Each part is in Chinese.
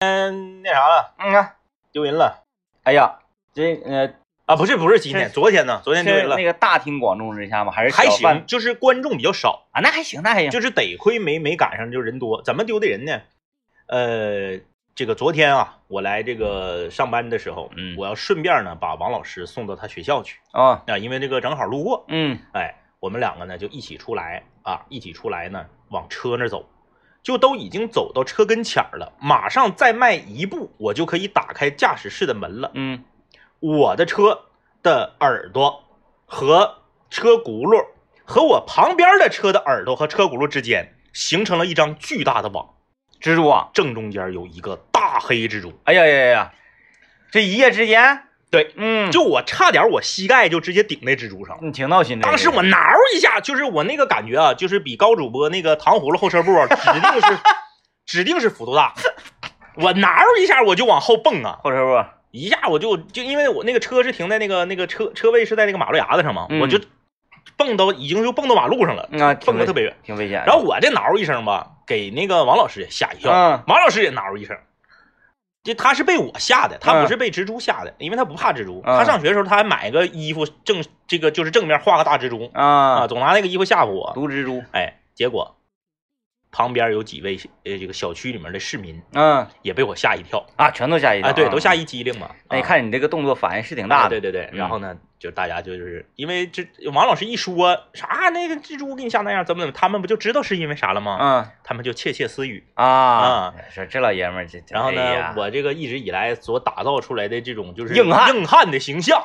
嗯，那啥了，嗯啊，丢人了哎呀，这呃啊！不是不是今天，是昨天呢，昨天丢是人了那，个大庭广众之下吗？还是还小范行，就是观众比较少，啊？那还行，那还行，就是得亏没没赶上，就是人多。怎么丢的人呢？呃，这个昨天啊，我来这个上班的时候，嗯我要顺便呢把王老师送到他学校去啊，啊，因为这个正好路过，嗯哎，我们两个呢就一起出来啊，一起出来呢往车那儿走，就都已经走到车跟前儿了，马上再迈一步，我就可以打开驾驶室的门了。嗯，我的车的耳朵和车轱辘和我旁边的车的耳朵和车轱辘之间形成了一张巨大的网，蜘蛛网，正中间有一个大黑蜘蛛。哎呀呀呀呀，这一夜之间，对，嗯，就我差点我膝盖就直接顶那蜘蛛上了。你挺闹心的。当时我挠一下，就是我那个感觉啊，就是比高主播那个糖葫芦后车部啊指定是 指定是幅度大。我挠一下我就往后蹦啊，后车部，一下我就就因为我那个车是停在那个那个车车位是在那个马路牙子上嘛，嗯我就蹦到已经就蹦到马路上了，嗯啊，挺蹦危得特别远。挺危险的。然后我这挠一声吧，给那个王老师也吓一跳，嗯王老师也挠一声。这他是被我吓的，他嗯不是被蜘蛛吓的，因为他不怕蜘蛛。嗯他上学的时候，他还买个衣服正这个就是正面画个大蜘蛛啊，啊，总拿那个衣服吓唬我。毒蜘蛛，哎，结果旁边有几位呃这个小区里面的市民嗯也被我吓一跳，啊，全都吓一跳哎，啊，对，都吓一激灵嘛。那你啊看你这个动作反应是挺大哎的，对对对。嗯然后呢，就大家就是因为这王老师一说啥那个蜘蛛给你吓那样，怎么怎么，他们不就知道是因为啥了吗？嗯他们就窃窃私语。啊，说这老爷们儿这，这然后哎呢呀，我这个一直以来所打造出来的这种就是硬汉硬汉的形 象，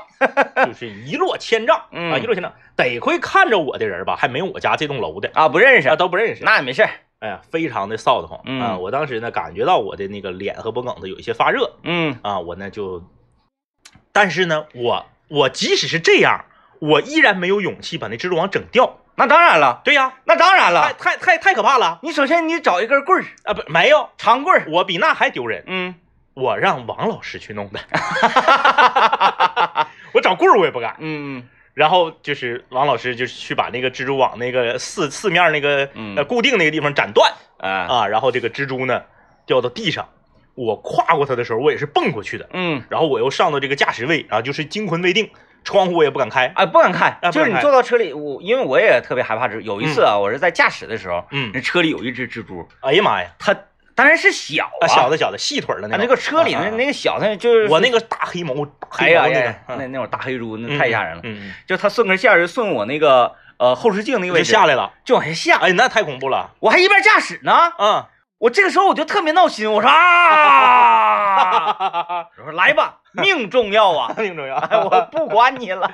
就是一落千丈嗯啊，一落千丈。得亏看着我的人吧，还没有我家这栋楼的啊不认识啊，，都不认识。那也没事儿，哎呀，非常的臊得慌嗯啊！我当时呢，感觉到我的那个脸和脖梗子有一些发热嗯啊，我呢就，但是呢，我我即使是这样，我依然没有勇气把那蜘蛛网整掉。那当然了，对呀，那当然太了，太太太可怕了你首先你找一根棍儿，啊！不，没有，长棍儿，我比那还丢人。嗯，我让王老师去弄 的， 我找棍儿我也不敢。嗯然后就是王老师就是去把那个蜘蛛网那个四四面那个嗯呃固定那个地方斩断啊啊，然后这个蜘蛛呢掉到地上，我跨过它的时候我也是蹦过去的，嗯，然后我又上到这个驾驶位，然后就是惊魂未定，窗户我也不敢开，啊不敢看啊，不敢看就是你坐到车里，我因为我也特别害怕蜘蛛，有一次啊，我是在驾驶的时候，嗯那，车里有一只蜘蛛，哎呀妈呀，它当然是小啊小的，的小的细腿儿的那它种这个车里那啊啊那个小，它就是我那个大黑毛，大哎黑呀毛哎那呀个，那嗯那种大黑猪，那嗯太吓人了。嗯，嗯就他顺根线儿就顺我那个呃后视镜那个嗯位就置下来了，就往下下，哎，那太恐怖了，我还一边驾驶呢，啊，我这个时候我就特别闹心，我说啊， 我说来吧，命重要啊，挺 重要。哎 我不管你 了，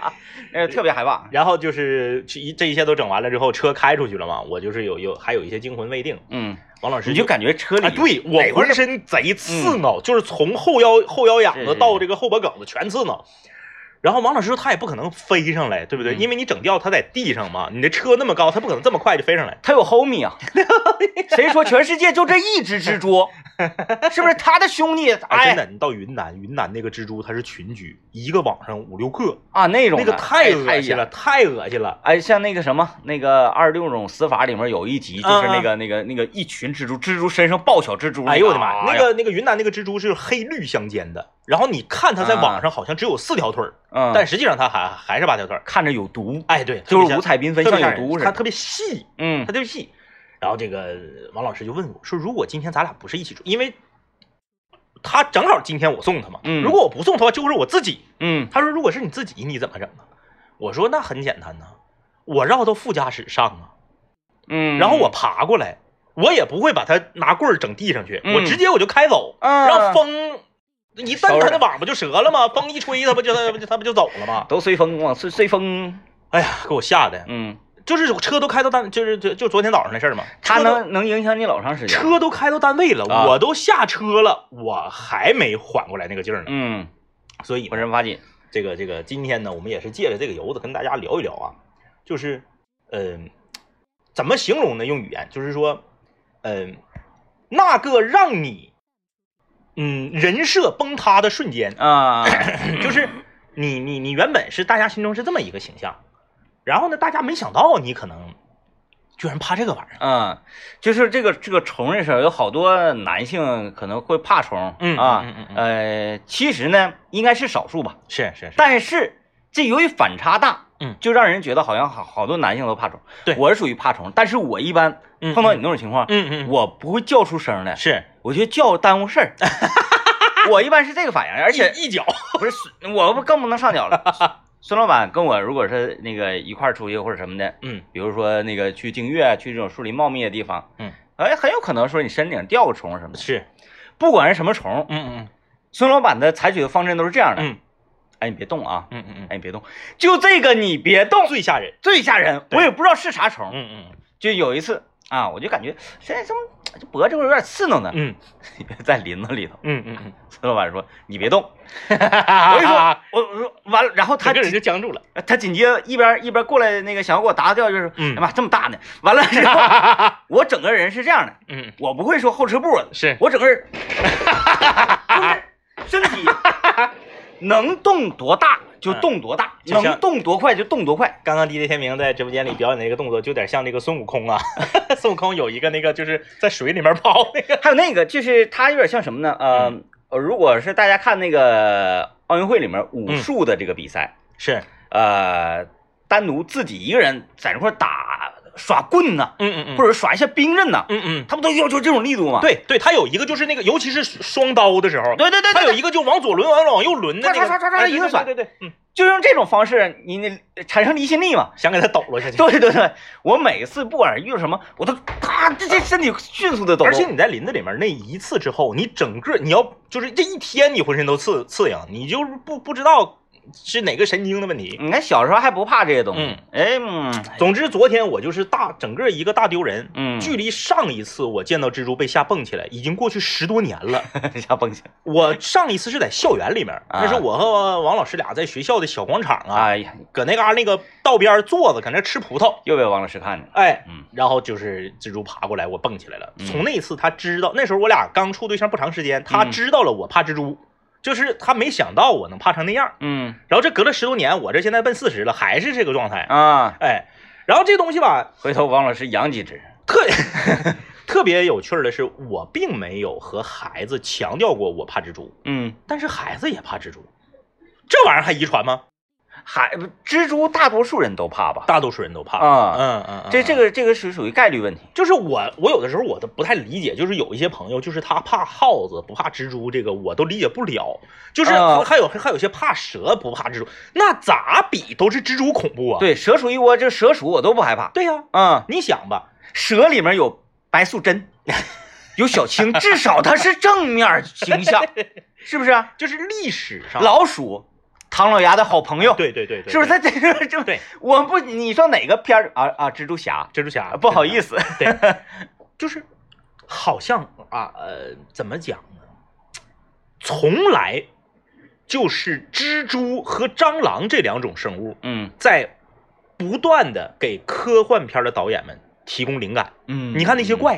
呃，特别害怕，然后就是这一这一切都整完了之后，车开出去了嘛，我就是有有还有一些惊魂未定。嗯，王老师你就感觉车啊，里对我哪块儿浑身贼刺挠，就是从后腰后腰眼是子是到是这个后脖梗子全刺挠。然后王老师说他也不可能飞上来，对不对？嗯因为你整掉他在地上嘛，你的车那么高，他不可能这么快就飞上来。他有 homie 啊，谁说全世界就这一只蜘蛛，是不是他的兄弟？ 哎，真哎的，你到云南，云南那个蜘蛛它是群居，一个网上五六个，啊，那种那个的太哎恶心了，太恶心了。哎，像那个什么，那个二十六种死法里面有一集，就是那个、那个那个一群蜘蛛，蜘蛛身上抱小蜘蛛。嗯哎呦我的妈！那那个啊个那个云南那个蜘蛛是黑绿相间的，然后你看它在网上好像只有四条腿儿，啊，嗯，但实际上它还还是八条腿儿。看着有毒，哎，对，特就别是像五彩缤纷，特别像吓有人毒似它的。特别细，它嗯特别细。然后这个王老师就问我说：“如果今天咱俩不是一起住，因为他正好今天我送他嘛，嗯如果我不送他，就是我自己。嗯，他说如果是你自己，你怎么整啊？我说那很简单呐、我绕到副驾驶上啊，嗯，然后我爬过来，我也不会把它拿棍儿整地上去，嗯我直接我就开走，啊让风一蹬收它拾的网不就折了吗？风一吹，它不就它不就它不就走了吗？都随风往随随风，哎呀，给我吓的，嗯，就是车都开到单，就是就就昨天早上的事儿嘛。它车都能能影响你老长时间。车都开到单位了，啊我都下车了，我还没缓过来那个劲儿呢。嗯，所以浑身发紧。这个这个今天呢，我们也是借着这个由子跟大家聊一聊啊，就是嗯、怎么形容呢？用语言就是说，嗯、那个让你嗯人设崩塌的瞬 间，啊，就是你你你原本是大家心中是这么一个形象，然后呢，大家没想到你可能居然怕这个玩意儿。嗯，就是这个这个虫这事儿，有好多男性可能会怕虫，嗯啊嗯嗯，嗯呃，其实呢应该是少数吧，是是是，但是这由于反差大，嗯就让人觉得好像好好多男性都怕虫，对我是属于怕虫，但是我一般嗯碰到你那种情况，嗯嗯，我不会叫出声来，是，我觉得叫耽误事 儿，我一般是这个反应，而而 且一脚，不是孙我不更不能上脚了。孙老板跟我如果是那个一块儿出去或者什么的，嗯比如说那个去净月，去这种树林茂密的地方，嗯，哎，很有可能说你身顶掉个虫什么的，是，不管是什么虫，嗯嗯孙老板的采取的方针都是这样的，嗯哎，你别动啊，嗯嗯哎，你别动，就这个你别动，最吓人，最吓人，对我也不知道是啥虫，嗯嗯就有一次啊，我就感觉现在怎么这脖子有点刺挠呢，嗯在林子里头，嗯嗯嗯，孙老板说你别动，我跟我一说，啊我我说完了，然后他他这人就僵住了，他紧接着一边一边过来，那个想要给我打掉，就是，嗯哎妈，这么大呢！完了之后， 我整个人是这样的，嗯我不会说后撤步，是， 我整 个人，就是身体 能动多大就动多大，嗯就像能动多快就动多快。刚刚 DJ 天明在直播间里表演的一个动作，就有点像那个孙悟空啊，孙悟空有一个那个就是在水里面跑那个，还有那个，就是它有点像什么呢？呃，嗯呃如果是大家看那个奥运会里面嗯武术的这个比赛，是，呃，单独自己一个人在那块儿打耍棍呐，嗯嗯嗯或者耍一下兵刃呐，嗯嗯，他不都要求这种力度吗？对对，他有一个就是那个，尤其是双刀的时候，对对对他对有对，一个就往左抡，完了往右抡的那个，唰唰唰唰哎一个甩对对对，对嗯，就用这种方式，你那产生离心力嘛。想给他抖了下去。 对对对，我每次不管遇到什么，我都咔，这这身体迅速的抖动。而且你在林子里面那一次之后，你整个你要就是这一天你浑身都刺刺痒，你就是不不知道是哪个神经的问题。你看小时候还不怕这些东西，哎嗯总之，昨天我就是大整个一个大丢人。嗯， 距离上一次我见到蜘蛛被吓蹦起来，已经过去十多年了。一下蹦起来，我上一次是在校园里面，那是我和王老师俩在学校的小广场啊，哎呀，搁那嘎、那个道边坐着，搁那吃葡萄。又被王老师看见了。哎，嗯然后就是蜘蛛爬过来，我蹦起来了。嗯从那次他知道，那时候我俩刚处对象不长时间，他嗯知道了我怕蜘蛛，就是他没想到我能怕成那样。嗯然后这隔了十多年，我这现在奔四十了，还是这个状态。啊，哎，然后这东西吧，回头王老师养几只。特 特别有趣儿的是，我并没有和孩子强调过我怕蜘蛛，嗯，但是孩子也怕蜘蛛，这玩意儿还遗传吗？还不蜘蛛，大多数人都怕吧？大多数人都怕。啊嗯嗯，嗯这这个这个是属于概率问题。就是我，我有的时候我都不太理解，就是有一些朋友，就是他怕耗子不怕蜘蛛，这个我都理解不了。就是啊还有还有些怕蛇不怕蜘蛛，那咋比都是蜘蛛恐怖啊？对，蛇鼠一窝，这蛇鼠我都不害怕。对呀、嗯，你想吧，蛇里面有白素 贞，有小青，至少它是正面形象，是不是啊？就是历史上，老鼠，唐老鸭的好朋友，对对对对，是不是？对它这个这对，我不，你说哪个片儿啊啊？蜘蛛侠，蜘蛛侠啊？不好意思，思，就是好像啊，呃，怎么讲呢？从来就是蜘蛛和蟑螂这两种生物嗯在不断的给科幻片的导演们提供灵感。嗯你看那些，怪，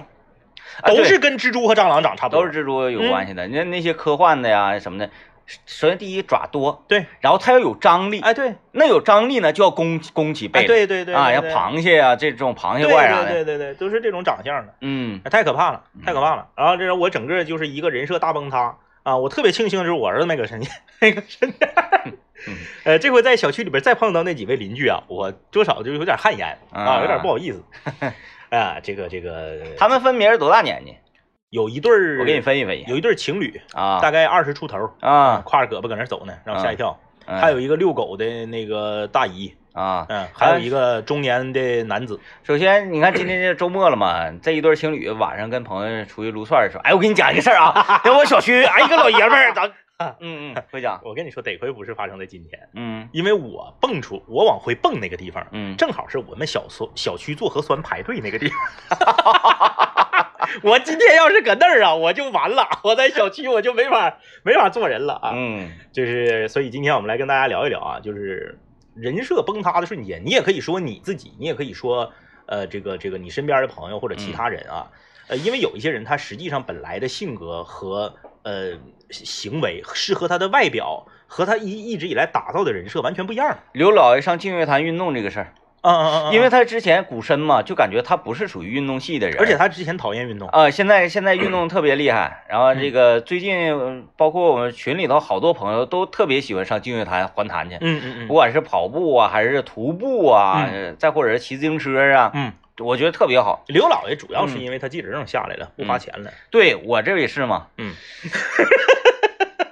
啊对都是跟蜘蛛和蟑螂长差不多，都是蜘蛛有关系的。那那些科幻的呀什么的，首先第一爪多，对，然后它要有张力，哎对，那有张力呢就要弓弓起哎背来，对对对啊，对像对螃蟹呀这种螃蟹对怪啥对对的，对对，都是这种长相的，嗯嗯哎太可怕了，太可怕了。然后这是我整个就是一个人设大崩塌啊！我特别庆幸就是我儿子没搁身边，没搁身边嗯。 呃，这回在小区里边再碰到那几位邻居啊，我多少就有点汗颜啊，有点不好 意思。啊，这个这个，他们分别是多大年纪？有一对儿，我给你分析分析有一对儿情侣，啊大概二十出头，啊，挎着胳膊搁那儿走呢，让我吓一跳。嗯还有一个遛狗的那个大姨，啊，嗯，还有一个中年的男子，首先你看今天这周末了嘛，这一对情侣晚上跟朋友出去撸串的时候，哎，我跟你讲一个事儿 啊，在我小区，哎，一个老爷们儿，咱，嗯嗯，会讲，我跟你说，得亏不是发生在今天，嗯因为我蹦出，我往回蹦那个地方，嗯，正好是我们小所小区做核酸排队那个地方。 我今天要是搁那儿啊，我就完了，我在小区我就没法没法做人了啊。嗯就是，所以今天我们来跟大家聊一聊啊，就是人设崩塌的瞬间，你也可以说你自己，你也可以说，呃，这个这个你身边的朋友或者嗯其他人啊，呃，因为有一些人他实际上本来的性格和呃行为是和他的外表和他一一直以来打造的人设完全不一样的刘老爷上净月潭运动这个事儿，嗯嗯嗯，因为他之前骨身嘛，就感觉他不是属于运动系的人，而且他之前讨厌运动，呃，现在现在 运动特别厉害，然后这个嗯最近呃包括我们群里头好多朋友都特别喜欢上净月潭环潭去，嗯嗯不管是跑步啊，还是徒步啊，嗯呃再或者是骑自行车啊，嗯，我觉得特别好。刘老爷主要嗯是因为他记者证下来了，不花钱了，对我这也是嘛，嗯，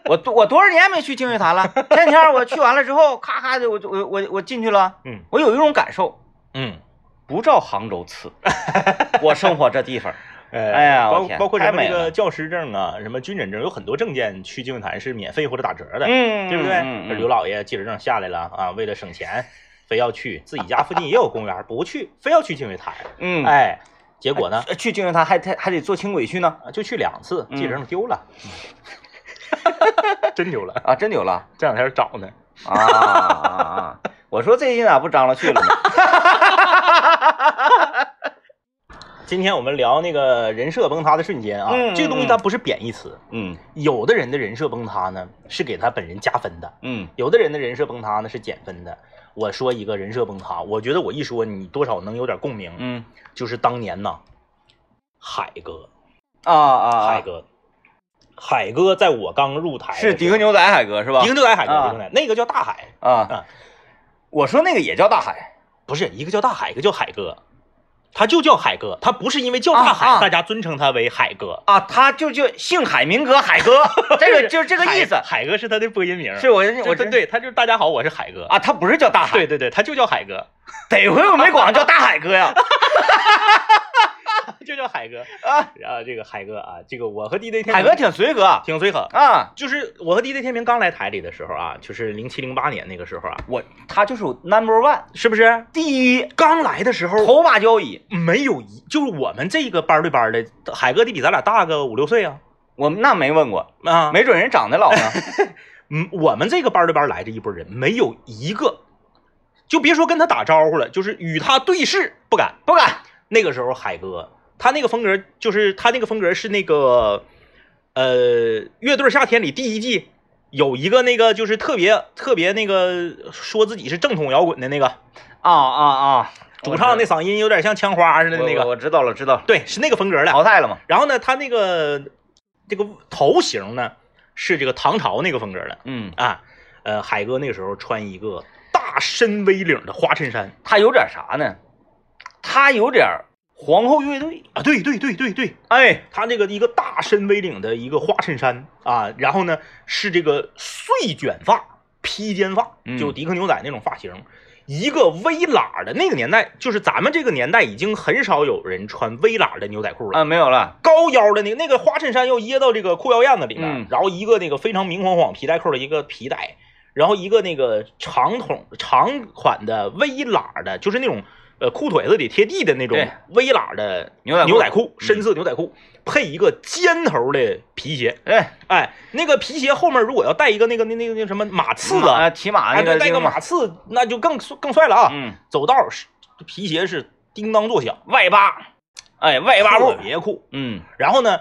我多我多少年没去净月潭了，前几天我去完了之后，咔咔的我就我我我进去了，嗯我有一种感受，嗯，不照杭州次， 我生活这地方，哎哎呀我包天包括什太么美这了个教师证啊，什么军人证，有很多证件去净月潭是免费或者打折的，嗯，对不对？嗯这刘老爷记者证下来了啊，为了省钱，非要去自己家附近也有公园，不去，非要去净月潭。嗯，哎，结果呢，呃去净月潭还还还得坐轻轨去呢，啊就去两次，嗯记者证丢 了，真丢了，啊，真有了这两天找呢。啊啊啊！ 我说最近咋不张罗去了呢？今天我们聊那个人设崩塌的瞬间啊，嗯这个东西它不是贬义词，嗯有的人的人设崩塌呢是给他本人加分的，嗯有的人的人设崩塌呢是减分的。我说一个人设崩塌，我觉得我一说你多少能有点共鸣，嗯就是当年呐，海哥，啊啊，海哥，海哥在我刚入台的时候是迪克牛仔海哥是吧？迪克牛仔海哥，啊迪克牛仔那个叫大海，啊，我说那个也叫大海，不是一个叫大海，一个叫海哥，他就叫海哥，他不是因为叫大海，啊啊大家尊称他为海哥，啊，他就就姓海，民歌海 哥，这个 就是这个意思海。海哥是他的播音名，是我我我对对，他就是大家好，我是海哥。啊，他不是叫大海，对对对，他就叫海哥， 得亏我没管他叫大海哥呀。就叫海哥。啊，然后这个海哥啊，这个我和 DJ 天海哥挺随和挺随和，啊，就是我和 DJ 天明刚来台里的时候啊，就是零七零八年那个时候啊，我他就是 number one 是不是？第一刚来的时候头把交椅。没有一，就是我们这个班儿对班儿的，海哥得比咱俩大个五六岁啊我们那没问过，啊，没准人长得 老呢。嗯，我们这个班儿对班儿来这一波人，没有一个，就别说跟他打招呼了，就是与他对视不敢。不敢。那个时候海哥他那个风格，就是他那个风格是那个，呃，《乐队夏天》里第一季有一个那个就是特别特别那个说自己是正统摇滚的那个啊啊啊！主唱那嗓音有点像枪花似的我那我个，我知道了，知道了，对，是那个风格的。淘汰了嘛。然后呢，他那个这个头型呢是这个唐朝那个风格的嗯，啊。呃，海哥那个时候穿一个大深 V 领的花衬衫他有点啥呢？他有点皇后乐队。啊，对对对对对，哎，他这个一个大深 V 领的一个花衬衫啊，然后呢是这个碎卷发、披肩发，嗯就迪克牛仔那种发型。一个 V 喇的那个年代，就是咱们这个年代已经很少有人穿 V 喇的牛仔裤了啊，没有了。高腰的那个那个花衬衫要掖到这个裤腰燕子里面，嗯然后一个那个非常明晃晃皮带扣的一个皮带，然后一个那个长筒长款的 V 喇的，就是那种呃裤腿子里贴地的那种对 V 喇的牛仔裤牛仔裤，深色牛仔裤、配一个尖头的皮鞋，哎，哎，那个皮鞋后面如果要带一个那个那那个那个什么马刺马啊，啊，骑马哎那对，个带那个马，刺那就更更帅了啊！嗯，走道是皮鞋是叮当作响，外八，哎，外八特步，别酷。嗯，然后呢，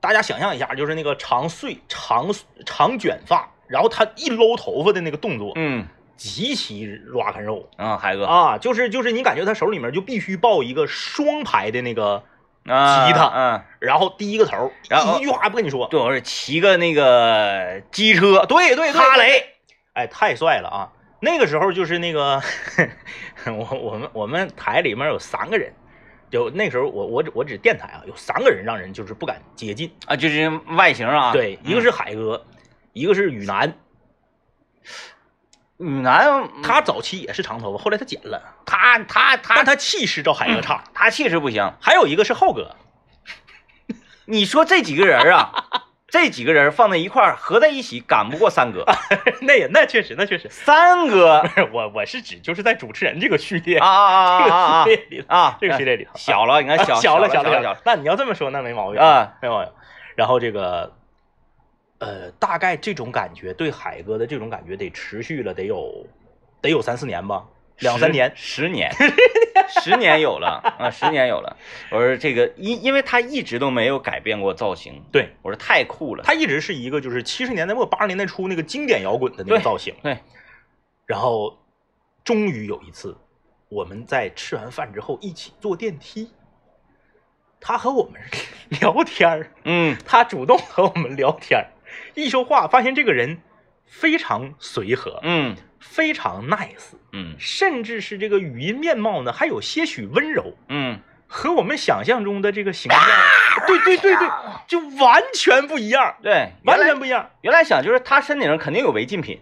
大家想象一下，就是那个长碎长长卷发，然后他一搂头发的那个动作，嗯，极其 rock and roll 啊，海哥，啊，就是就是你感觉他手里面就必须抱一个双排的那个，啊，吉他嗯，然后第一个头，然后一句话不跟你说，对，我是骑个那个机车，对对对，哈对，雷，哎，太帅了啊！那个时候就是那个， 我我们我们台里面有三个人，有那时候我我只我指电台啊，有三个人让人就是不敢接近，啊，就是外形啊，对，一个嗯是海哥，一个是雨男。女男，他早期也是长头发，后来他剪了，嗯他他但他嗯他气势照海哥差。他气势不行。还有一个是浩哥， 你说这几个人啊， 这几个人放在一块儿合在一起，赶不过三哥。啊那也那确实那确实， 三哥不是我我是指就是在主持人这个序列啊啊啊啊啊这个序列里头啊！ 这个序列里头小了，你看小 小了小了小小了，那你要这么说那没毛病啊，没毛病。哎然后这个呃，大概这种感觉对海哥的这种感觉得持续了得有得有三四年吧，两三年。十 十年，十年有了啊，十年有了。我说这个因因为他一直都没有改变过造型，对我说太酷了。他一直是一个就是七十年代末八十年代初那个经典摇滚的那个对造型。对然后终于有一次，我们在吃完饭之后一起坐电梯，他和我们 聊天儿，嗯，他主动和我们聊天儿，一说话发现这个人非常随和，嗯非常 nice，嗯甚至是这个语音面貌呢还有些许温柔，嗯，和我们想象中的这个形象，啊对对对对，就完全不一样，对，完哎原全来不一样。原来想就是他身体上肯定有违 禁品，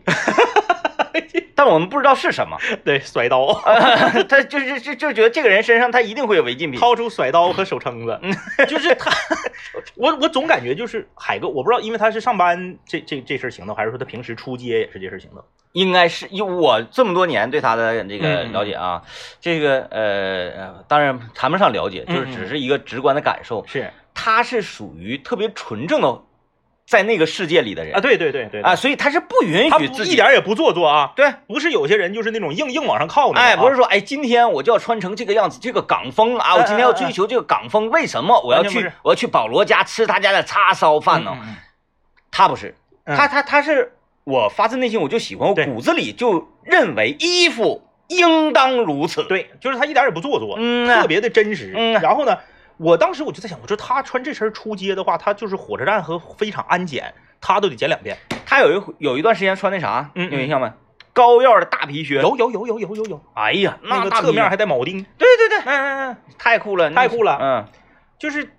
但我们不知道是什么，对，甩刀，呃、他就是就就觉得这个人身上他一定会有违禁品。掏出甩刀和手撑子，嗯 就是他，我我总感觉就是海哥，我不知道，因为他是上班这这这事儿行动，还是说他平时出街也是这事儿行动？应该是因为我这么多年对他的这个嗯嗯了解啊，这个呃呃，当然谈不上了解，就是嗯嗯只是一个直观的感受。是他是属于特别纯正的，在那个世界里的人啊，对对对对，啊，所以他是不允他不许自己一点儿也不做作啊，对。不是有些人就是那种硬硬往上靠那种啊哎，不是说哎，今天我就要穿成这个样子，这个港风啊，我今天要追求这个港风，为什么我要嗯完全不去是我要去保罗家吃他家的叉烧饭呢？嗯嗯他不是，嗯他他他是我发自内心我就喜欢，我对骨子里就认为衣服应当如此。，对，就是他一点儿也不做作，嗯啊特别的真实。嗯啊然后呢，我当时我就在想，我说他穿这身出街的话，他就是火车站和非常安检，他都得检两遍。他有一回有一段时间穿那啥，嗯嗯有印象没？高腰的大皮靴，有有有有有有有，哎呀，那个个大侧皮面靴还带铆钉，对对对，嗯嗯嗯，太酷了，那太酷了嗯，就是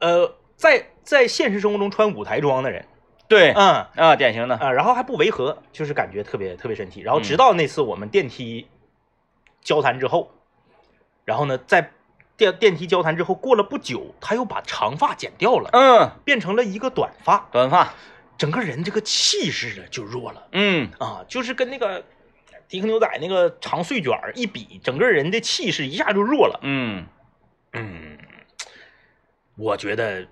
呃，在在现实生活中穿舞台装的人，对嗯啊、啊，典型的，然后还不违和，就是感觉特别特别神奇。然后嗯直到那次我们电梯交谈之后，然后呢，在电电梯交谈之后过了不久，他又把长发剪掉了，嗯，变成了一个短发。短发，整个人这个气势啊就弱了嗯，啊，就是跟那个迪克牛仔那个长穗卷儿一比，整个人的气势一下就弱了。嗯嗯，我觉得，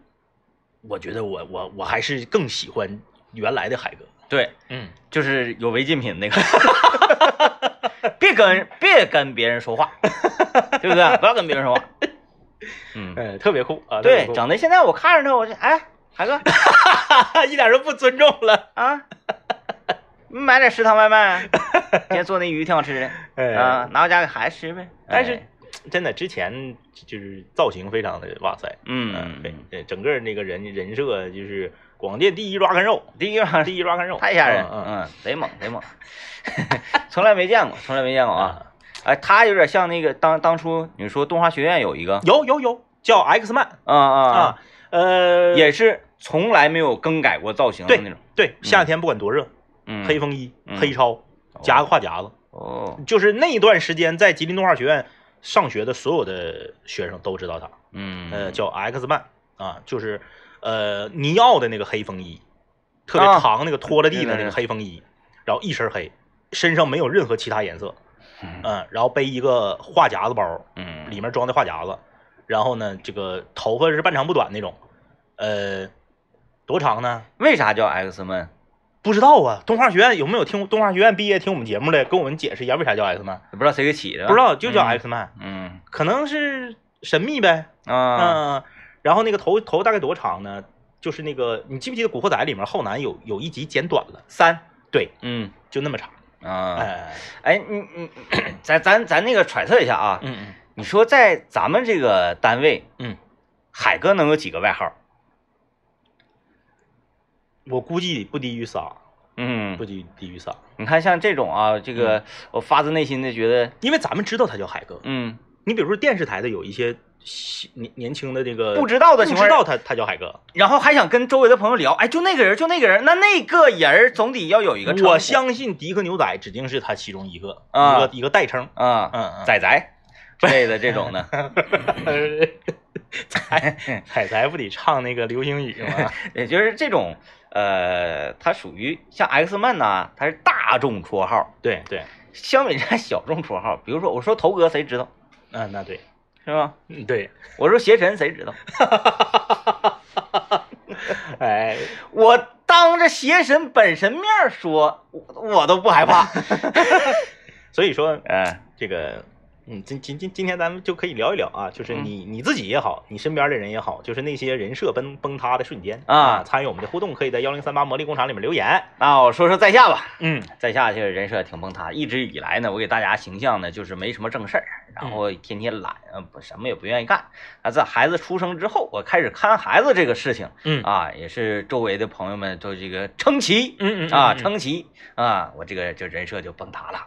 我觉得我我我还是更喜欢原来的海哥。对，嗯，就是有违禁品那个， 别跟别跟别人说话，对不对？不要跟别人说话， 嗯，呃，特别酷啊，对，长整的现在我看着他，我就哎，海哥得一点都不尊重了。啊，买点食堂外卖，今天做那鱼挺好吃哎的啊，拿回家给孩子吃呗。但是哎，真的之前就是造型非常的哇塞，嗯，对，对，整个那个人人设就是广电第一抓干肉，第一个第一抓干肉，太吓人，嗯嗯嗯，贼猛贼猛， 从来没见过，从来没见过啊。哎，他有点像那个当当初你说动画学院有一个，有有有，叫 X 曼啊啊啊，呃，也是从来没有更改过造型的对那种，对，夏天不管多热，嗯，黑风衣、嗯黑超，夹个发夹子，哦，就是那一段时间在吉林动画学院上学的所有的学生都知道他，嗯，呃，叫 X 曼啊，就是呃尼奥的那个黑风衣，特别啊长那个拖了地的那对对对个黑风衣，然后一身黑，身上没有任何其他颜色，嗯嗯，然后背一个话匣子包，嗯里面装的话匣子，然后呢，这个头发是半长不短那种，呃，多长呢？为啥叫 X man？不知道啊，动画学院有没有听动画学院毕业听我们节目的，跟我们解释一下为啥叫 X man？不知道谁给起的，不知，道就叫嗯 X man，、嗯可能是神秘呗。嗯、啊，然后那个头头大概多长呢？就是那个你记不记得《古惑仔》里面浩南有有一集剪短了，三，对，嗯就那么长。啊，哎、哎，你你，咱咱咱那个揣测一下啊，嗯嗯你说在咱们这个单位，嗯，海哥能有几个外号？我估计不低于仨，嗯不，嗯低低于仨，你看像这种啊，这个我发自内心的觉得，因为咱们知道他叫海哥。嗯，你比如说电视台的有一些新年年轻的这个不知道不的情知况下，道他他叫海哥，然后还想跟周围的朋友聊，哎，就那个人，就那个人，那那个人儿总得要有一个称呼我相信迪克牛仔指定是他其中一个啊一个一个代称，啊，嗯 仔仔之类的这种 的，嗯，彩彩才不得唱那个流星雨 吗？也就是这种，呃，它属于像 X man 呐、它是大众绰号，对对，相比人家小众绰号，比如说我说头哥谁知道嗯，那对，是吧？嗯对，我说邪神谁知道？ 哎，我当着邪神本神面儿 说，我我都不害怕。所以说嗯这个嗯，今今今今天咱们就可以聊一聊啊，嗯就是你你自己也好，你身边的人也好，就是那些人设崩崩塌的瞬间啊参与我们的互动，可以在幺零三八魔力工厂里面留言。那我说说在下吧，嗯在下这个人设挺崩塌，一直以来呢，我给大家形象呢就是没什么正事儿，嗯然后天天懒，呃不什么也不愿意干。啊，在孩子出生之后，我开始看孩子这个事情嗯啊，也是周围的朋友们都这个称奇嗯啊，称奇啊，我这个就人设就崩塌了。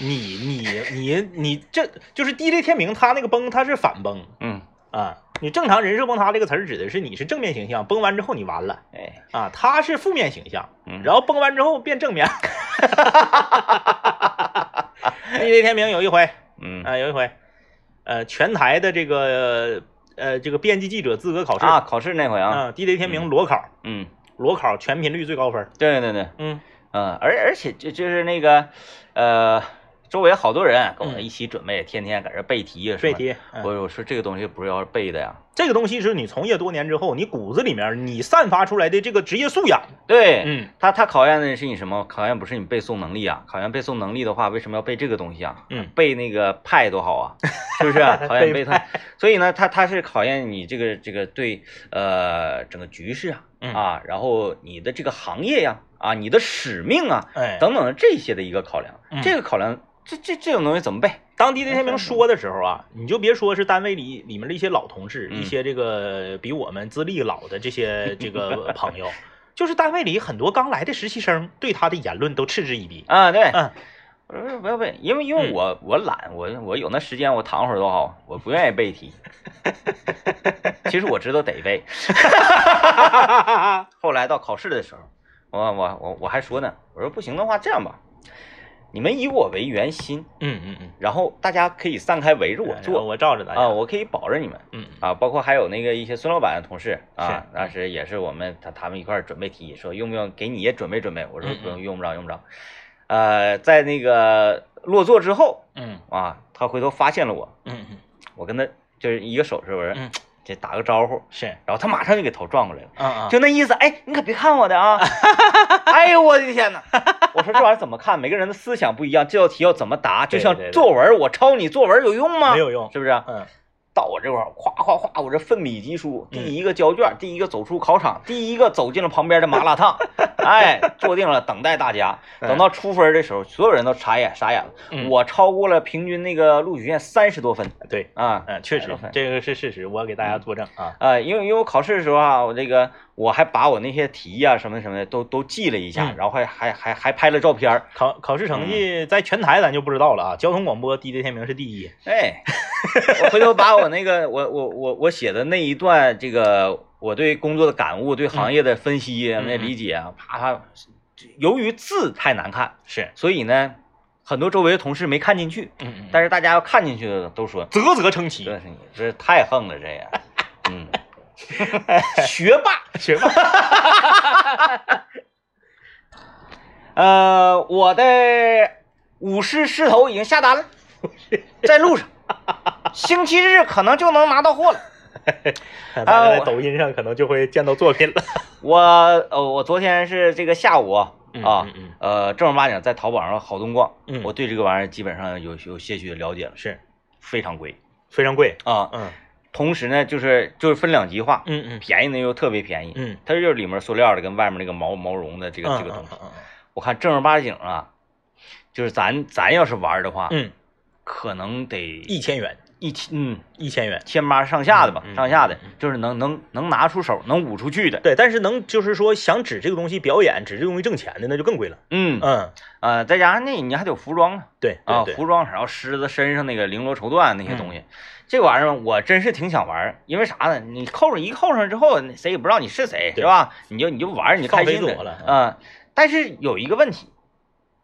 你你你你这就是 DJ 天明他那个崩，他是反崩嗯，啊。你正常人设崩塌这个词儿指的是你是正面形象，崩完之后你完了哎，啊，他是负面形象，嗯然后崩完之后变正 面。DJ 天明有一回。嗯啊，有一回，呃，全台的这个呃这个编辑记者资格考试啊，考试那回啊，啊，DJ 天明裸考，嗯，裸考全频率最高分。对对对，嗯嗯，而而且就就是那个呃，周围好多人啊跟我一起准备，天天搁这背题啊，这。嗯题，嗯我我说这个东西不是要背的呀，这个东西是你从业多年之后，你骨子里面你散发出来的这个职业素养。对，嗯他他考验的是你什么？考验不是你背诵能力啊，考验背诵能力的话，为什么要背这个东西啊？嗯背那个派多好啊，是不是 啊、考验背背它。所以呢，他他是考验你这个这个对呃整个局势啊、嗯啊，然后你的这个行业呀啊你的使命啊哎，等等这些的一个考量。嗯这个考量，这这这种东西怎么背？当 DJ 天明说的时候啊，你就别说是单位里里面的一些老同事，嗯一些这个比我们资历老的这些这 个朋友，就是单位里很多刚来的实习生对他的言论都嗤之以鼻。啊，对，嗯我说不要背，因为因为嗯我我懒，我我有那时间我躺会儿多好，我不愿意背题。 其实我知道得背，嗯 后来到考试的时候，我我我我还说呢，我说不行的话这样吧，你们以我为圆心，嗯嗯嗯，然后大家可以散开围着我哎做我罩着大家啊，。我可以保着你们。嗯啊，包括还有那个一些孙老板的同事啊，当时也是我们他他们一块儿准备题，说用不用给你也准备准备，我说嗯不用，嗯用不着，用不着。呃，在那个落座之后嗯啊，他回头发现了我，嗯嗯，我跟他就是一个手势，我说、嗯这打个招呼，是，然后他马上就给头转过来了。啊啊，就那意思，哎，你可别看我 的啊！哎呦，我的天哪！我说这玩意儿怎么看？每个人的思想不一样，这道题要怎么答？就对像对对作文，我抄你作文有用吗？没有用是不是啊？嗯到我这块儿，夸夸夸，我这奋笔疾书，嗯第一个交卷，第一个走出考场，第一个走进了旁边的麻 辣烫，哎，坐定了，等待大家。嗯等到出分的时候，所有人都傻眼傻眼了，嗯我超过了平均那个录取线三十多分对，啊。嗯，确实哎，OK 这个是事实，我给大家作证啊。啊，因为因为我考试的时候啊，我这个我还把我那些题呀、什么什么的都都记了一下，嗯然后还还还还拍了照片儿，考考试成绩在全台咱就不知道了啊，交通广播 DJ 天明是第一。哎， 我回头把我那个我我我我写的那一段这个我对工作的感悟、对行业的分析、嗯那理解啊，啪啪，由于字太难看，是，所以呢，很多周围的同事没看进去，嗯嗯，但是大家要看进去的都说，啧啧称这奇，是你这太横了，这也，嗯， 学霸。学霸。呃，我的舞狮狮头已经下单了，在 路上，星期日可能就能拿到货了。 大家在我抖音上可能就会见到作品了。我呃，我昨天是这个下午啊，嗯啊嗯嗯呃，正儿八经在淘宝上好东逛，嗯我对这个玩意儿基本上有有些许的了解了，是非常贵非常贵。啊。嗯同时呢，就是就是分两极化，嗯嗯便宜呢又特别便宜，嗯，它就是里面塑料的跟外面那个毛毛绒的这个嗯这个东西。嗯我看正儿八经啊，就是咱咱要是玩的话，嗯，嗯可能得一千元，一千嗯一千元。千八上下的吧，嗯嗯上下的就是能能能拿出手，能舞出去的。对，但是能就是说想指这个东西表演，指这个东西挣钱的，那就更贵了。嗯嗯，呃，再加上那你还得有服装啊对啊，对对嗯服装，然后狮子身上那个绫罗绸缎那些东西，这玩意儿我真是挺想玩儿，因为啥呢？你扣上一扣上之后，谁也不知道你是谁，对是吧？你就你就玩儿，你就开心放飞的自我了嗯啊、但是有一个问题，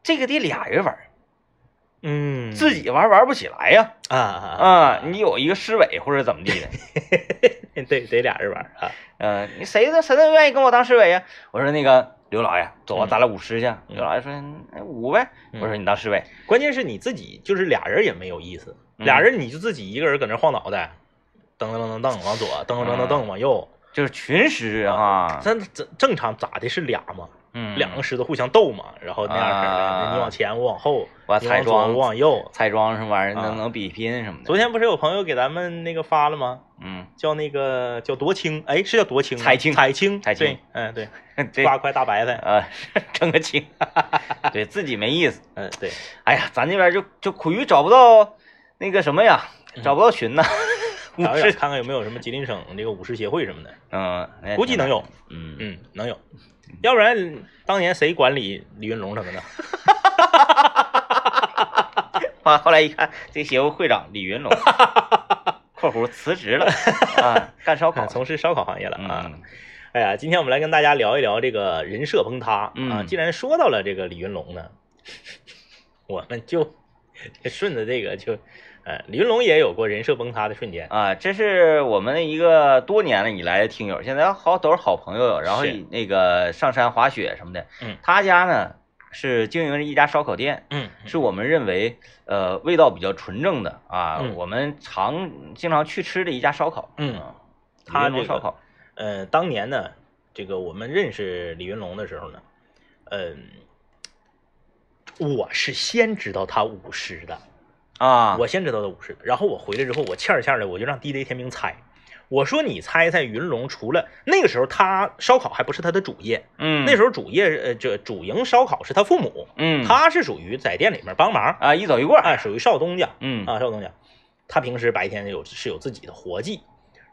这个得俩人玩儿，嗯，自己玩儿玩儿不起来呀啊啊啊、你有一个师委或者怎么地的，哎得得俩人玩儿啊。嗯，你谁的谁能愿意跟我当市委呀？我说那个刘老爷，走啊，嗯咱俩舞狮去。刘老爷说那舞呗。嗯我说你当市委，关键是你自己就是俩人也没有意思，嗯俩人你就自己一个人搁那晃脑袋，噔噔噔噔噔往左，噔噔噔噔噔往右。就是群狮哈。咱正正常咋的是俩嘛？嗯，啊两个石头互相斗嘛，然后那样式儿啊的，你往前，我往后，我你啊彩往左，妆我往右。彩妆什么玩意儿啊能能比拼什么的。昨天不是有朋友给咱们那个发了吗？嗯，叫那个叫多青，哎，是叫多青吗，彩青彩青，彩青对，嗯，对，这八块大白菜，呃 整个清， 对自己没意思。嗯，对，哎呀，咱这边就就苦于找不到那个什么呀，嗯找不到 群呐，五打个眼十，看看有没有什么吉林省这个舞狮协会什 么的，嗯，那也估计挺难能有，嗯，嗯，能有，要不然当年谁管理李云龙什么的？后后来一看，这协会会长李云龙， 括弧辞职了啊，干 烧烤啊，从事烧烤行业了啊。嗯哎呀，今天我们来跟大家聊一聊这个人设崩塌啊。嗯既然说到了这个李云龙呢， 我们就 顺着这个就，呃，李云龙也有过人设崩塌的瞬间。啊，这是我们的一个多年了以来的听友，现在好都是好朋友，然后是那个上山滑雪什么的。嗯他家呢是经营着一家烧烤店，嗯，是我们认为呃味道比较纯正的啊，嗯我们常经常去吃的一家烧烤。嗯啊，他云龙这烧个烤，呃，当年呢，这个我们认识李云龙的时候呢，嗯、我是先知道他舞狮的，啊，我先知道他舞狮的。然后我回来之后，我欠儿欠儿的，我就让 DJ 天明猜。我说你猜猜云龙除了那个时候他烧烤还不是他的主业，嗯，那时候候主业呃这主营烧烤是他父母，嗯他是属于在店里面帮忙，啊一走一过，哎，属于少东家嗯啊，少东家。他平时白天有是有自己的活计，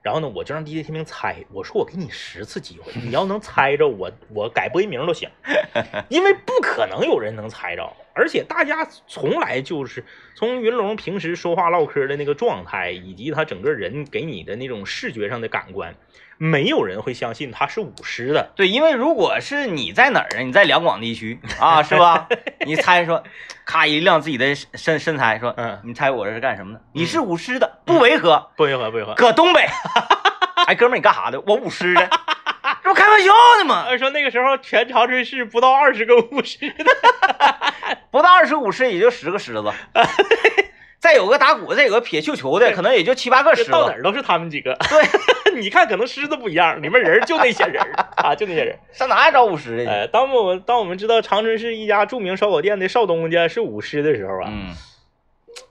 然后呢，我就让 DJ 天明猜，我说我给你十次机会，你要能猜着我，我改播音名都行， 因为不可能有人能猜着，而且大家从来就是从云龙平时说话唠嗑的那个状态，以及他整个人给你的那种视觉上的感官，没有人会相信他是舞狮的。对，因为如果是你在哪儿啊？你在两广 地区啊，是吧？你猜说，咔一亮自己的身身材，说，嗯你猜我这是干什么的？你是舞狮的，不违和，不违和，不违和。搁 东北。哎，哥们儿，你干啥的？我舞狮的，这不开玩笑呢吗？呃，说那个时候全长春市不到二十个舞狮的，不到二十舞狮，也就十个狮 子，再有个打鼓，再有个撇绣球的，可能也就七八个狮到哪子。儿都是他们几个。对， 你看，可能狮子不一样，里面人儿就那些人儿啊，就那些人儿。上哪儿找舞狮去？呃，当我们当我们知道长春市一家著名烧烤店的少东家是舞狮的时候啊，嗯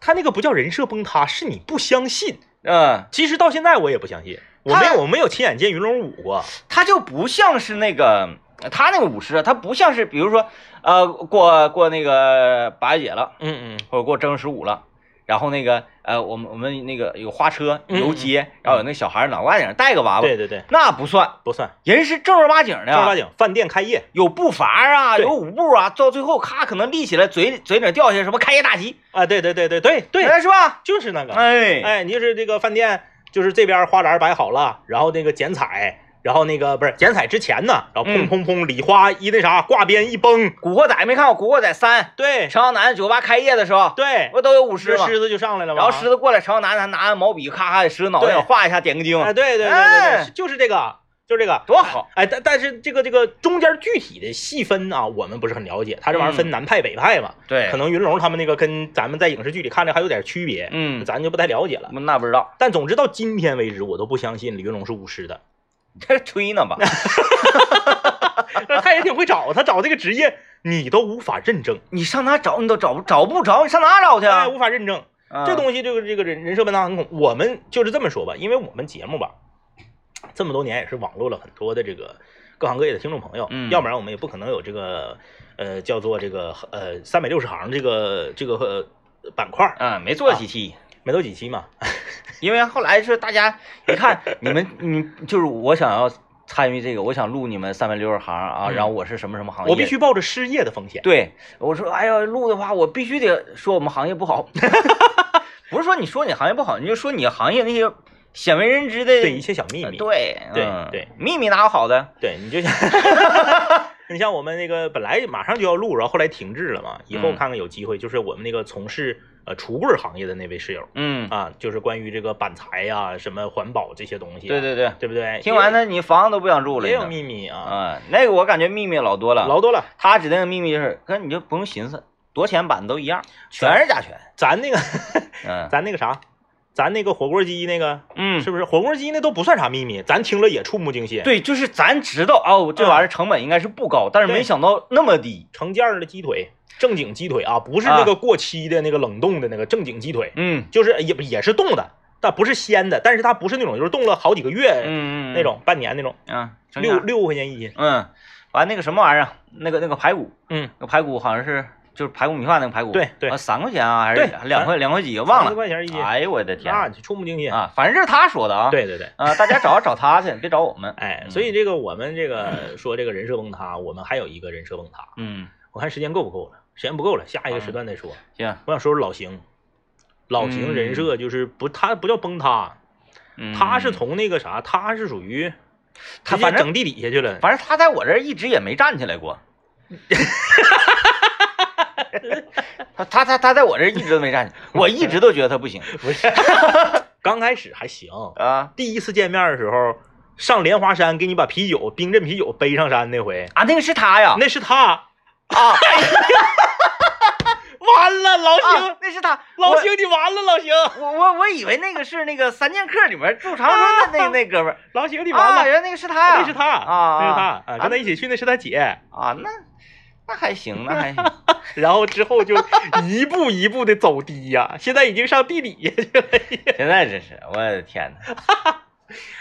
他那个不叫人设崩塌，是你不相信。嗯，其实到现在我也不相信，我没他有我没有亲眼见云龙舞过。他就不像是那个他那个舞狮啊，他不像是比如说呃过过那个八月节了，嗯嗯，或者过正月十五了，然后那个呃我们我们那个有花车嗯游街，然后有那小孩脑瓜顶上戴个娃娃，对对对，那不算，不算人是正儿八经的正儿八啊。经饭店开业有步伐啊，对有舞步啊，到最后咔可能立起来，嘴嘴里掉下什么开业大吉，啊，对对对对对对，哎是吧？就是那个。哎，哎，你就是这个饭店，就是这边花篮摆好了，然后那个剪彩，然后那个不是剪彩之前呢，然后砰嗯砰砰，礼花一那啥挂鞭一崩，古惑仔没看过《古惑仔三》，对朝阳南酒吧开业的时候，对，不都有舞狮哎狮吗？狮子就上来了吗？然后狮子过来，朝阳南拿拿毛笔，咔咔给狮子脑袋上对画一下，点个睛，哎，对对对对哎对，就是这个，就是这个，多好！哎，但但是这个这个中间具体的细分啊，我们不是很了解，它这玩意儿分南派北派嘛，嗯对可能云龙他们那个跟咱们在影视剧里看着还有点区别，嗯，咱就不太了解了。那不知道，但总之到今天为止，我都不相信李云龙是巫师的。这是吹呢吧？他也挺会找，他找这个职业你都无法认证，你上哪找你都找不找不着，你上哪找去啊哎，？无法认证。啊这东西这个这个人人设笨蛋很恐，我们就是这么说吧，因为我们节目吧，这么多年也是网络了很多的这个各行各业的听众朋友，嗯要不然我们也不可能有这个呃叫做这个呃三百六十行这个这个、呃、板块儿，啊，没做几期，没多几期嘛，因为后来是大家一看你们，你就是我想要参与这个，我想录你们三百六十行啊，嗯然后我是什么什么行业，我必须抱着失业的风险。对我说，哎呀，录的话我必须得说我们行业 不好，不是说你说你行业不好，你就说你行业那些鲜为人知的对一些小秘呃密，对对嗯对秘密哪有好的？对你 就像，你像我们那个本来马上就要录，然后后来停滞了嘛，以后嗯看看有机会，就是我们那个从事呃橱柜行业的那位室友嗯，啊，就是关于这个板材呀、什么环保这些东西、啊对，对对，对不对？听完他你房子都不想住了也已经，有秘密啊，啊，那个我感觉秘密老多了。老多了。他指定的秘密就是，哥你就不用寻思，多钱版都一样，全是甲醛。咱那个嗯咱那个啥，咱那个火锅鸡那个嗯，是不是火锅鸡那都不算啥秘密，咱听了也触目惊心。，对，就是咱知道哦，这玩意儿成本应该是不高，但是嗯没对想到那么低。成件儿的鸡腿，正经鸡腿啊，不是那个过期的那个冷冻的那个正经鸡腿，嗯就是也也是冻的，但不是鲜的，但是它不是那种就是冻了好几个嗯月嗯，嗯那种半年那种，啊，成六家六块钱一斤。嗯，完那个什么玩意儿，啊那个那个排骨，嗯，那个排骨好像是就是排骨米饭那个排骨，对对啊，三块钱啊，还是对两块两块几，忘四了。块钱一斤，哎呦我的天那触目惊心。啊，反正这是他说的啊。对对对。啊，大家找找他去，别找我们。哎，嗯所以这个我们这个说这个人设崩塌，我们还有一个人设崩塌，嗯，我看时间够不够了，时间不够了，下一个时段再说。行，我想说说老邢，老邢人设就是不，他不叫崩塌，嗯他是从那个啥，他是属于他直接反正整地底下去了，反正他在我这儿一直也没站起来 过。他他他他在我这儿一直都没站起，我一直都觉得他不 行不是，刚开始还行，啊第一次见面的时候上莲花山给你把啤酒冰镇啤酒背上山那回，啊，那个是他呀，那是他，啊 完了老邢，啊，那是他，老我邢你完了老邢，我我我以为那个是那个《三剑客》里面祝长春的那那哥们儿，老邢你啊 完了啊，。原来那个是他呀，那是他啊那是他啊啊，跟他一起去那是他姐，啊，那那还行，那 还行，然后之后就一步一步的走低呀、现在已经上地底下去了。 现在真是，我的天哪，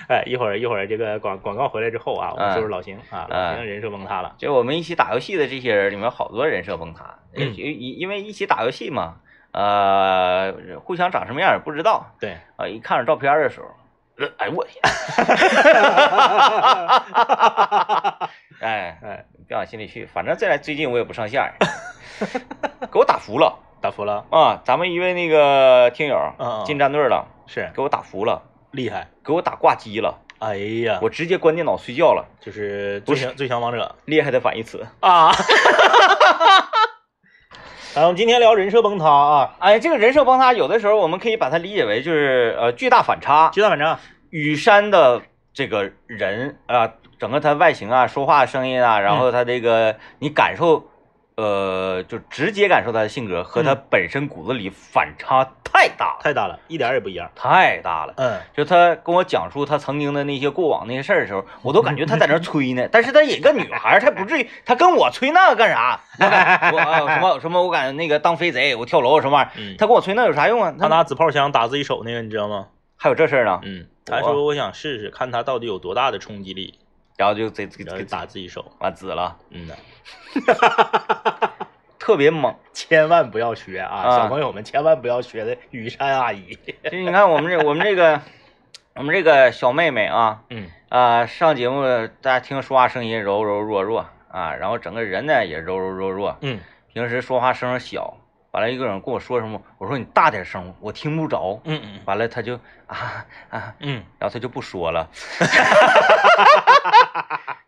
哎，一会儿一会儿这个广广告回来之后啊，我们嗯说说老邢啊，老邢人设崩塌了，就我们一起打游戏的这些人里面，好多人设崩塌，嗯因因因为一起打游戏嘛，呃，互相长什么样也不知道，对，啊、一看着照片的时候，呃哎我， 哎，哎，别往心里去，反正再来最近我也不上线儿， 给我打服了。打服了，啊，咱们一位那个听友嗯嗯进战队了，是给我打服了，厉害，给我打挂机了，哎呀，我直接关电脑睡觉了。就是不最是强最强王者厉害的反义词。 啊。然后今天聊人设崩塌啊，哎，这个人设崩塌，有的时候我们可以把它理解为就是呃巨大反差。巨大反差，雨山的这个人啊、整个他外形啊、说话声音啊，然后他这个、你感受，呃，就直接感受他的性格和他本身骨子里反差太大了，太大了，一点儿也不一样。太大了。嗯，就他跟我讲述他曾经的那些过往那些事儿的时候，我都感觉他在那儿吹呢。但是他也个女孩儿，他不至于，他跟我吹那个干啥？我感我、啊什么什么，我感觉那个当飞贼，我跳楼什么玩意儿？嗯他跟我吹那有啥用啊？他他拿纸炮枪打自己手那个，你知道吗？还有这事儿呢？嗯，他说我想试试看他到底有多大的冲击力，然后就这这然后这就打自己手。完紫了，嗯呐，特别猛。千万不要学啊，啊小朋友们千万不要学的雨山阿姨。 就是你看我们这我们这个我们这个小妹妹啊嗯，啊、上节目大家听说话声音柔柔弱弱啊，然后整个人呢也柔柔弱弱。嗯平时说话声儿小，完了一个人跟我说什么，我说你大点声，我听不着。嗯嗯完了他就啊啊，嗯，然后他就不说了，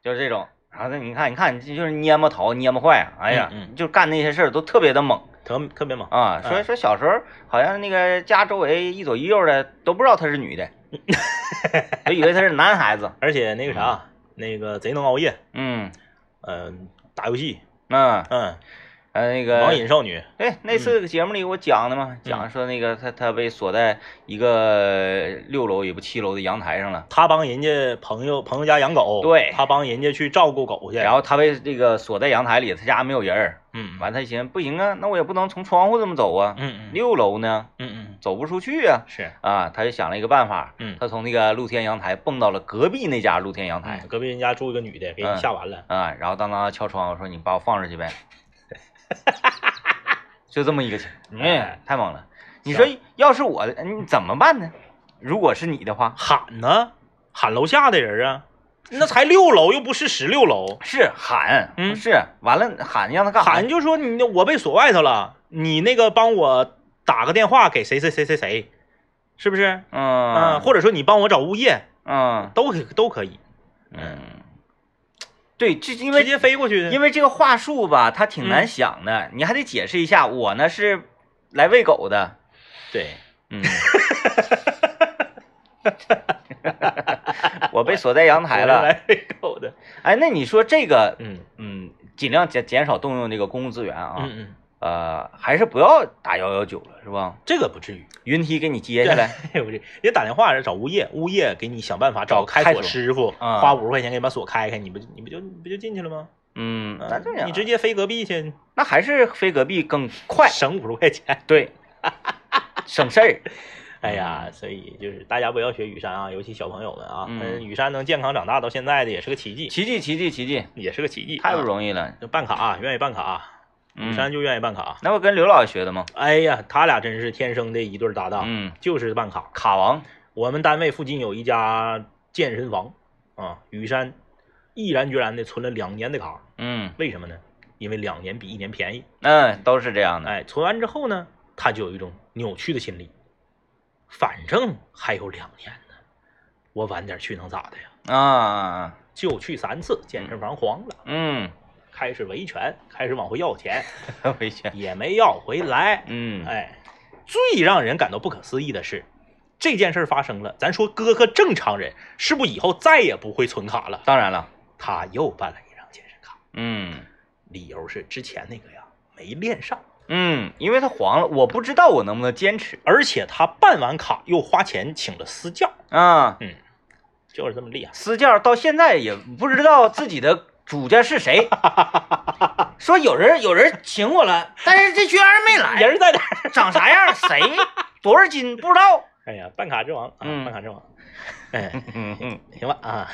就是这种。然后那你看，你看，这就是蔫巴淘、蔫巴坏，哎呀，嗯嗯就干那些事儿都特别的猛 特特别猛，啊。所以说小时候好像那个家周围一左一右的都不知道他是女 的，都以为他是男孩子。而且那个啥，那个贼能熬夜，嗯，嗯、打游戏，那嗯，呃那个网瘾嗯少女，对，那次节目里我讲的嘛，讲说那个他他被锁在一个六楼也不七楼的阳台上了，他帮人家朋友朋友家养狗，对他帮人家去照顾狗去，然后他被这个锁在阳台里，他家没有人儿，嗯，完他寻思不行啊，那我也不能从窗户这么走啊，嗯嗯嗯六楼呢嗯嗯，走不出去啊，是，啊，他就想了一个办法，嗯他从那个露天阳台蹦到了隔壁那家露天阳台哎，，隔壁人家住一个女的，给嗯你吓完了，啊，然后当当敲窗户说你把我放出去呗， 就这么一个情况，嗯哎，太猛了！你说要是我的，你怎么办呢？如果是你的话，喊呢，喊楼下的人啊，那才六楼，又不是十六楼，是喊，嗯是完了喊让他干啥？喊就说你我被锁外头了，你那个帮我打个电话给谁谁谁谁谁，是不是？嗯、嗯或者说你帮我找物业，嗯都可都可以，嗯，对，这因直为接嗯飞过去。为因为这个话术吧，它挺难想的，你还得解释一下。我呢是来喂狗的，对， 嗯， 我被锁在阳台我是了。来喂狗的。哎，那你说这个嗯嗯，尽量减减少动用这个公共资源啊。嗯嗯，呃，还是不要打幺幺九了，是吧？这个不至于， 云梯给你接下来，这个不至于。人家打电话是找物业，物业给你想办法找找开开锁锁师傅，啊花五十块钱给你把锁开开，你不你不就你不就进去了吗？ 嗯，啊那这样，你直接飞隔壁去，那还是飞隔壁更快，省五十块钱。对， 省事儿。哎呀，所以就是大家不要学雨山啊，尤其小朋友们啊，嗯但是雨山能健康长大到现在的也是个奇迹，奇迹，奇迹，奇迹，也是个奇迹，太不易。容易了。就办卡、啊愿意办卡、雨嗯，山就愿意办卡。啊那不跟刘老师学的吗？哎呀，他俩真是天生的一对儿搭档，嗯，就是办卡。卡王，我们单位附近有一家健身房啊，雨山毅然决然的存了两年的卡，嗯为什么呢？因为两年比一年便宜。嗯，都是这样的。哎，存完之后呢，他就有一种扭曲的心理，反正还有两年呢，我晚点去能咋的呀？啊，就去三次，健身房黄了，嗯，开始维权， 开始往回要钱， 回去，也没要回来。嗯，哎，最让人感到不可思议的是，这件事儿发生了，咱说哥哥正常人是不是以后再也不会存卡了？当然了，他又办了一张健身卡，嗯理由是之前那个呀没练上，嗯，因为他黄了，我不知道我能不能坚持而且他办完卡又花钱请了私教，啊。就是这么厉害。私教到现在也不知道自己的主家 是谁，说有人有人请我了，但是这学员没来，人在哪儿？长啥样，谁多少斤不 知道。 哎呀，办卡之王啊，嗯办卡之王。哎，嗯嗯，行吧啊，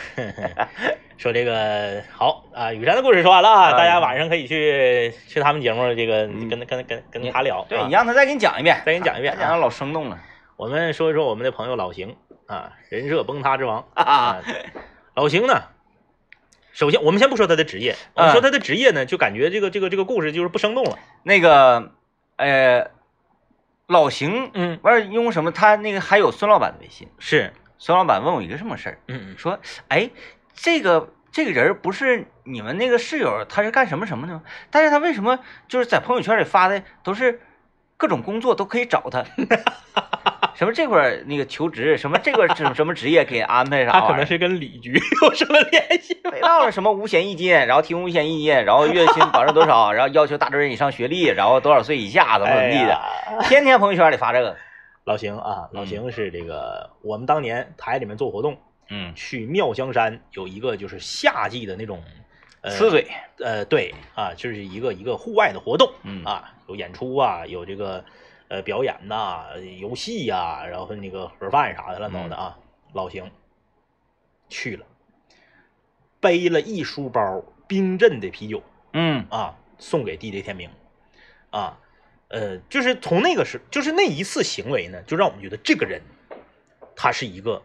说这个好啊，雨山的故事说完了啊，哎大家晚上可以去去他们节目，这个嗯跟跟跟跟他聊。对啊你让他再给你讲一遍，再给你讲一遍啊他讲的老生动了我们说一说我们的朋友老邢啊，人设崩塌之王啊啊。老邢呢，首先我们先不说他的职业，我们说他的职业呢，就感觉这个这个这个故事就是不生动了。那个，呃，老邢嗯，完事儿用什么？他那个还有孙老板的微信，是，孙老板问我一个什么事儿，嗯说，哎，这个这个人儿不是你们那个室友，他是干什么什么的吗？但是他为什么就是在朋友圈里发的都是各种工作都可以找他？ 什么这块儿那个求职，什么这块儿什么什么职业给安排嗯，啥他可玩意能 儿？是跟李局 有什么联系？非到了什么五险一金，然后提供五险一金，然后月薪保证多少，然后要求大专以上学历，然后多少岁以下，怎么怎么地的，哎呀天天朋友圈里发这个。老邢啊，老邢是这个我们当年台里面做活动，嗯，去妙香山有一个就是夏季的那种，呃，呲嘴，呃，对啊，就是一个一个户外的活动，嗯啊，有演出啊，有这个呃表演呐、游戏呀、然后那个盒饭啥的乱糟的啊，老邢去了，背了一书包冰镇的啤酒嗯啊，送给地雷天明，啊，呃，就是从那个时，就是那一次行为呢，就让我们觉得这个人他是一个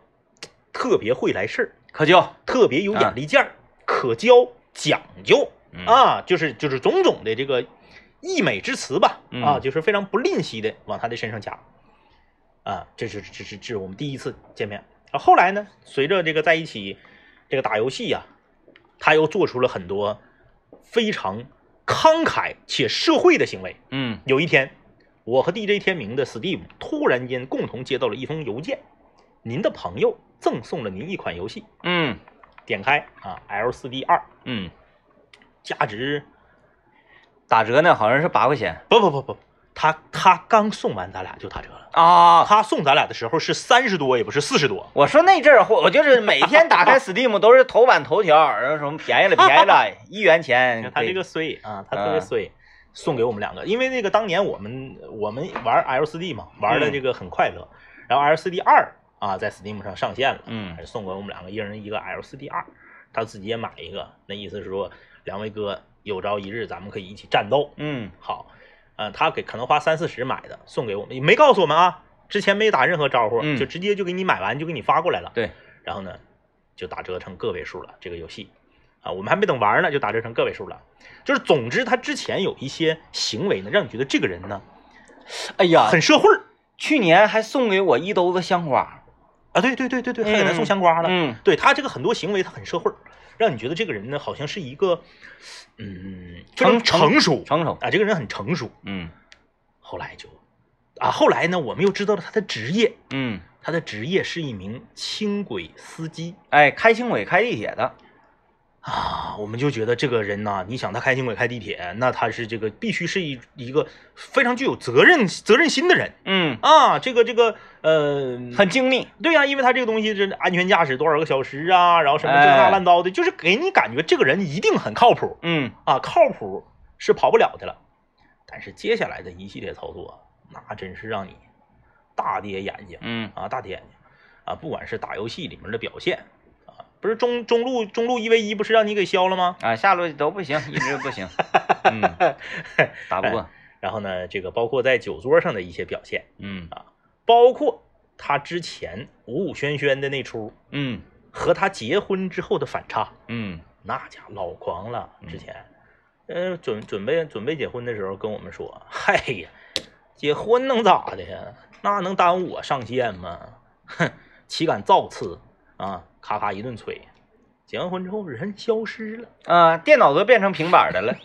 特别会来事儿，可就特别有眼力见儿、可教、讲究啊嗯啊，就是就是种种的这个溢美之词吧，嗯啊，就是非常不吝惜的往他的身上加，啊，这是这是这是我们第一次见面。啊，后来呢，随着这个在一起这个打游戏呀、他又做出了很多非常慷慨且社会的行为。嗯有一天，我和 DJ 天明的 Steam 突然间共同接到了一封邮件，您的朋友赠送了您一款游戏。嗯点开啊，L 四 D 二，嗯，价值打折呢好像是八块钱不不不不，他他刚送完咱俩就打折了。啊。他送咱俩的时候是三十多，也不是四十多。我说那阵儿，我我就是每天打开 Steam 都是头版头条，然后什么便宜了便宜 了，一元你看钱。他这个衰啊，他特别衰，送给我们两个，因为那个当年我们我们玩 L 四 D 嘛，玩的这个很快乐。然后 L 四 D 二啊，在 Steam 上上线了，嗯送给我们两个一人一个 L 四 D 二，他自己也买一个，那意思是说，两位哥有朝一日咱们可以一起战斗。嗯好，呃，他给可能花三四十买的，送给我们，也没告诉我们啊，之前没打任何招呼，嗯就直接就给你买完就给你发过来了。对，然后呢，就打折成个位数了，这个游戏啊，我们还没等玩呢，就打折成个位数了。就是总之，他之前有一些行为呢，让你觉得这个人呢哎呀，很社会儿去年还送给我一兜子香瓜。啊，对对对对对，还给咱嗯送香瓜了。嗯对他这个很多行为，他很社会儿，让你觉得这个人呢，好像是一个嗯非常成成成熟成熟。啊，这个人很成熟。嗯后来就啊，后来呢，我们又知道了他的职业，嗯，他的职业是一名轻轨司机。哎，开轻轨开地铁的。啊，我们就觉得这个人呐、你想他开轻轨、开地铁，那他是这个必须是一一个非常具有责任责任心的人嗯，啊。这个这个呃，很精密，对呀、因为他这个东西是安全驾驶多少个小时啊，然后什么这个哎那乱糟的，就是给你感觉这个人一定很靠谱嗯，啊，靠谱是跑不了的了。但是接下来的一系列操作，那真是让你大跌眼睛。嗯，啊，大跌眼睛啊，不管是打游戏里面的表现啊，不是中中路中路一 v 一不是让你给消了吗？啊，下路都不行，一直不 行，嗯，打不过，然后呢，这个包括在酒桌上的一些表现，嗯哎包括他之前武武轩轩的那出嗯和他结婚之后的反差，嗯那家老狂了。之嗯前，呃，准准备准备结婚的时候跟我们说，嗨呀，结婚能咋的呀？那能耽误我上线吗？哼，岂敢造次啊！咔咔一顿吹。结完婚之后人消失了，啊，电脑都变成平板的了，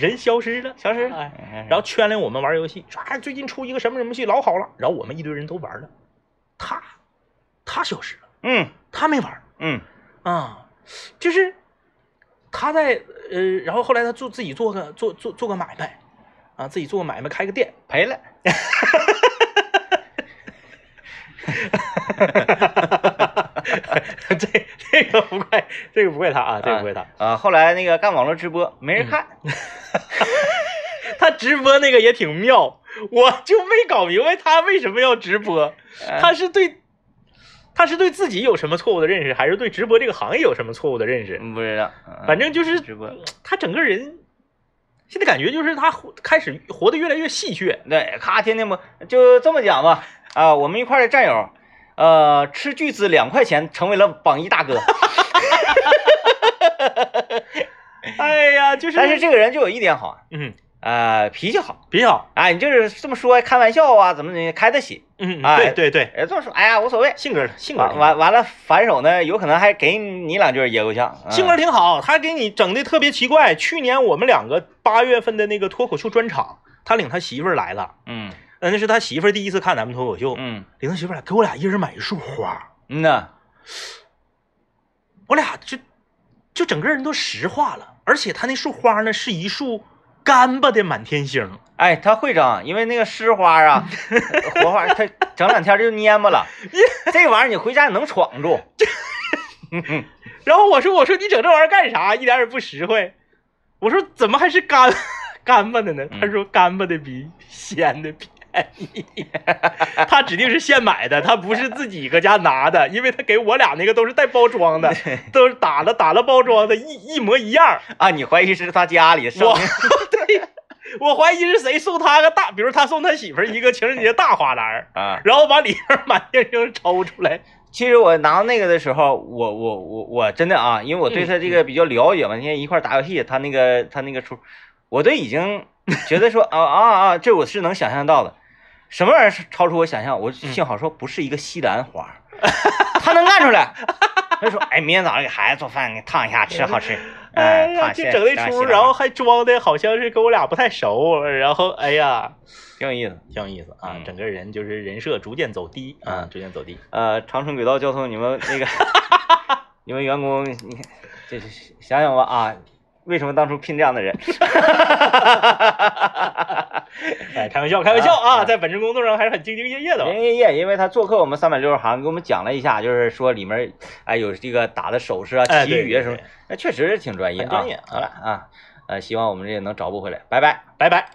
人消失了，消失了哎， 然后圈领我们玩游戏，说哎最近出一个什么什么戏老好了，然后我们一堆人都玩了，他他消失了，嗯他没玩。嗯啊，就是他在呃，然后后来他做自己做个做做做个买卖啊，自己做个买卖开个店， 赔了，这这个不怪这个不怪他啊，这个不怪他，啊，后来那个干网络直播没嗯人看，他直播那个也挺妙，我就没搞明白他为什么要直播，哎他是对。他是对自己有什么错误的认识，还是对直播这个行业有什么错误的认识？嗯不知道，反正就是直播他整个人，现在感觉就是他活开始活得越来越戏谑。对，咔，天天不就这么讲吧？啊，我们一块儿的战友，呃，吃巨资两块钱成为了榜一大 哥，哎呀，就是，但是这个人就有一点好啊，嗯，呃，脾气好，比较，哎，你就是这么说开玩笑啊，怎么怎么开得起，嗯，哎对对对，哎，这么说，哎呀，无所谓。性格性格完挺好，完完了，反手呢，有可能还给你两句也有像，嗯性格挺好，他给你整的特别奇怪。去年我们两个八月份的那个脱口秀专场，他领他媳妇儿来了，嗯呃，那是他媳妇儿第一次看咱们脱口秀，嗯领他媳妇儿来，给我俩一人买一束花，嗯呐，我俩就就整个人都石化了。而且他那束花呢，是一束干巴的满天星，哎，他会整，因为那个湿花啊，活花，他整两天就蔫巴了。这玩意儿你回家你能闯住，然后我说我说你整这玩意儿干啥？一点也不实惠。我说怎么还是干 干巴的呢？嗯他说干巴的比鲜的便宜， 他指定是现买的，他不是自己搁家拿的，因为他给我俩那个都是带包装的， 都是打了打了包装的，一一模一样。啊，你怀疑是他家里剩我对，我怀疑是谁送他个大，比如他送他媳妇儿一个情人节大花篮儿，啊？然后把里边儿满天星抽出来。其实我拿到那个的时候，我我我我真的啊，因为我对他这嗯个比较了解嘛，天天一块儿打游戏，他那个他那个出，我都已经 觉得说啊啊啊，这我是能想象到的，什么玩意儿是超出我想象？我幸好说不是一个西 兰花，他能干出来。他说：“哎，明天早上给孩子做饭，给烫一下，吃好吃。哎烫呀，一就下整那西兰出，西兰然后花还装的好像是跟我俩不太熟，然后哎呀，挺有意思。挺有意思啊，嗯整个人就是人设逐渐走低啊，嗯逐渐走 低。呃，长春轨道交通，你们 那个你们员工，你看这是想想吧啊，为什么当初聘这样的人？哎，开玩笑，开玩笑啊啊，啊在本职工作上还是很兢兢业业的林吧。爷爷，因为他做客我们三百六十行，给我们讲了一下，就是说里面哎有这个打的手势啊、哎旗语啊对对什么对，那确实是挺专业啊。很专业啊好了啊，呃，希望我们这也能找补回来，拜拜。拜拜。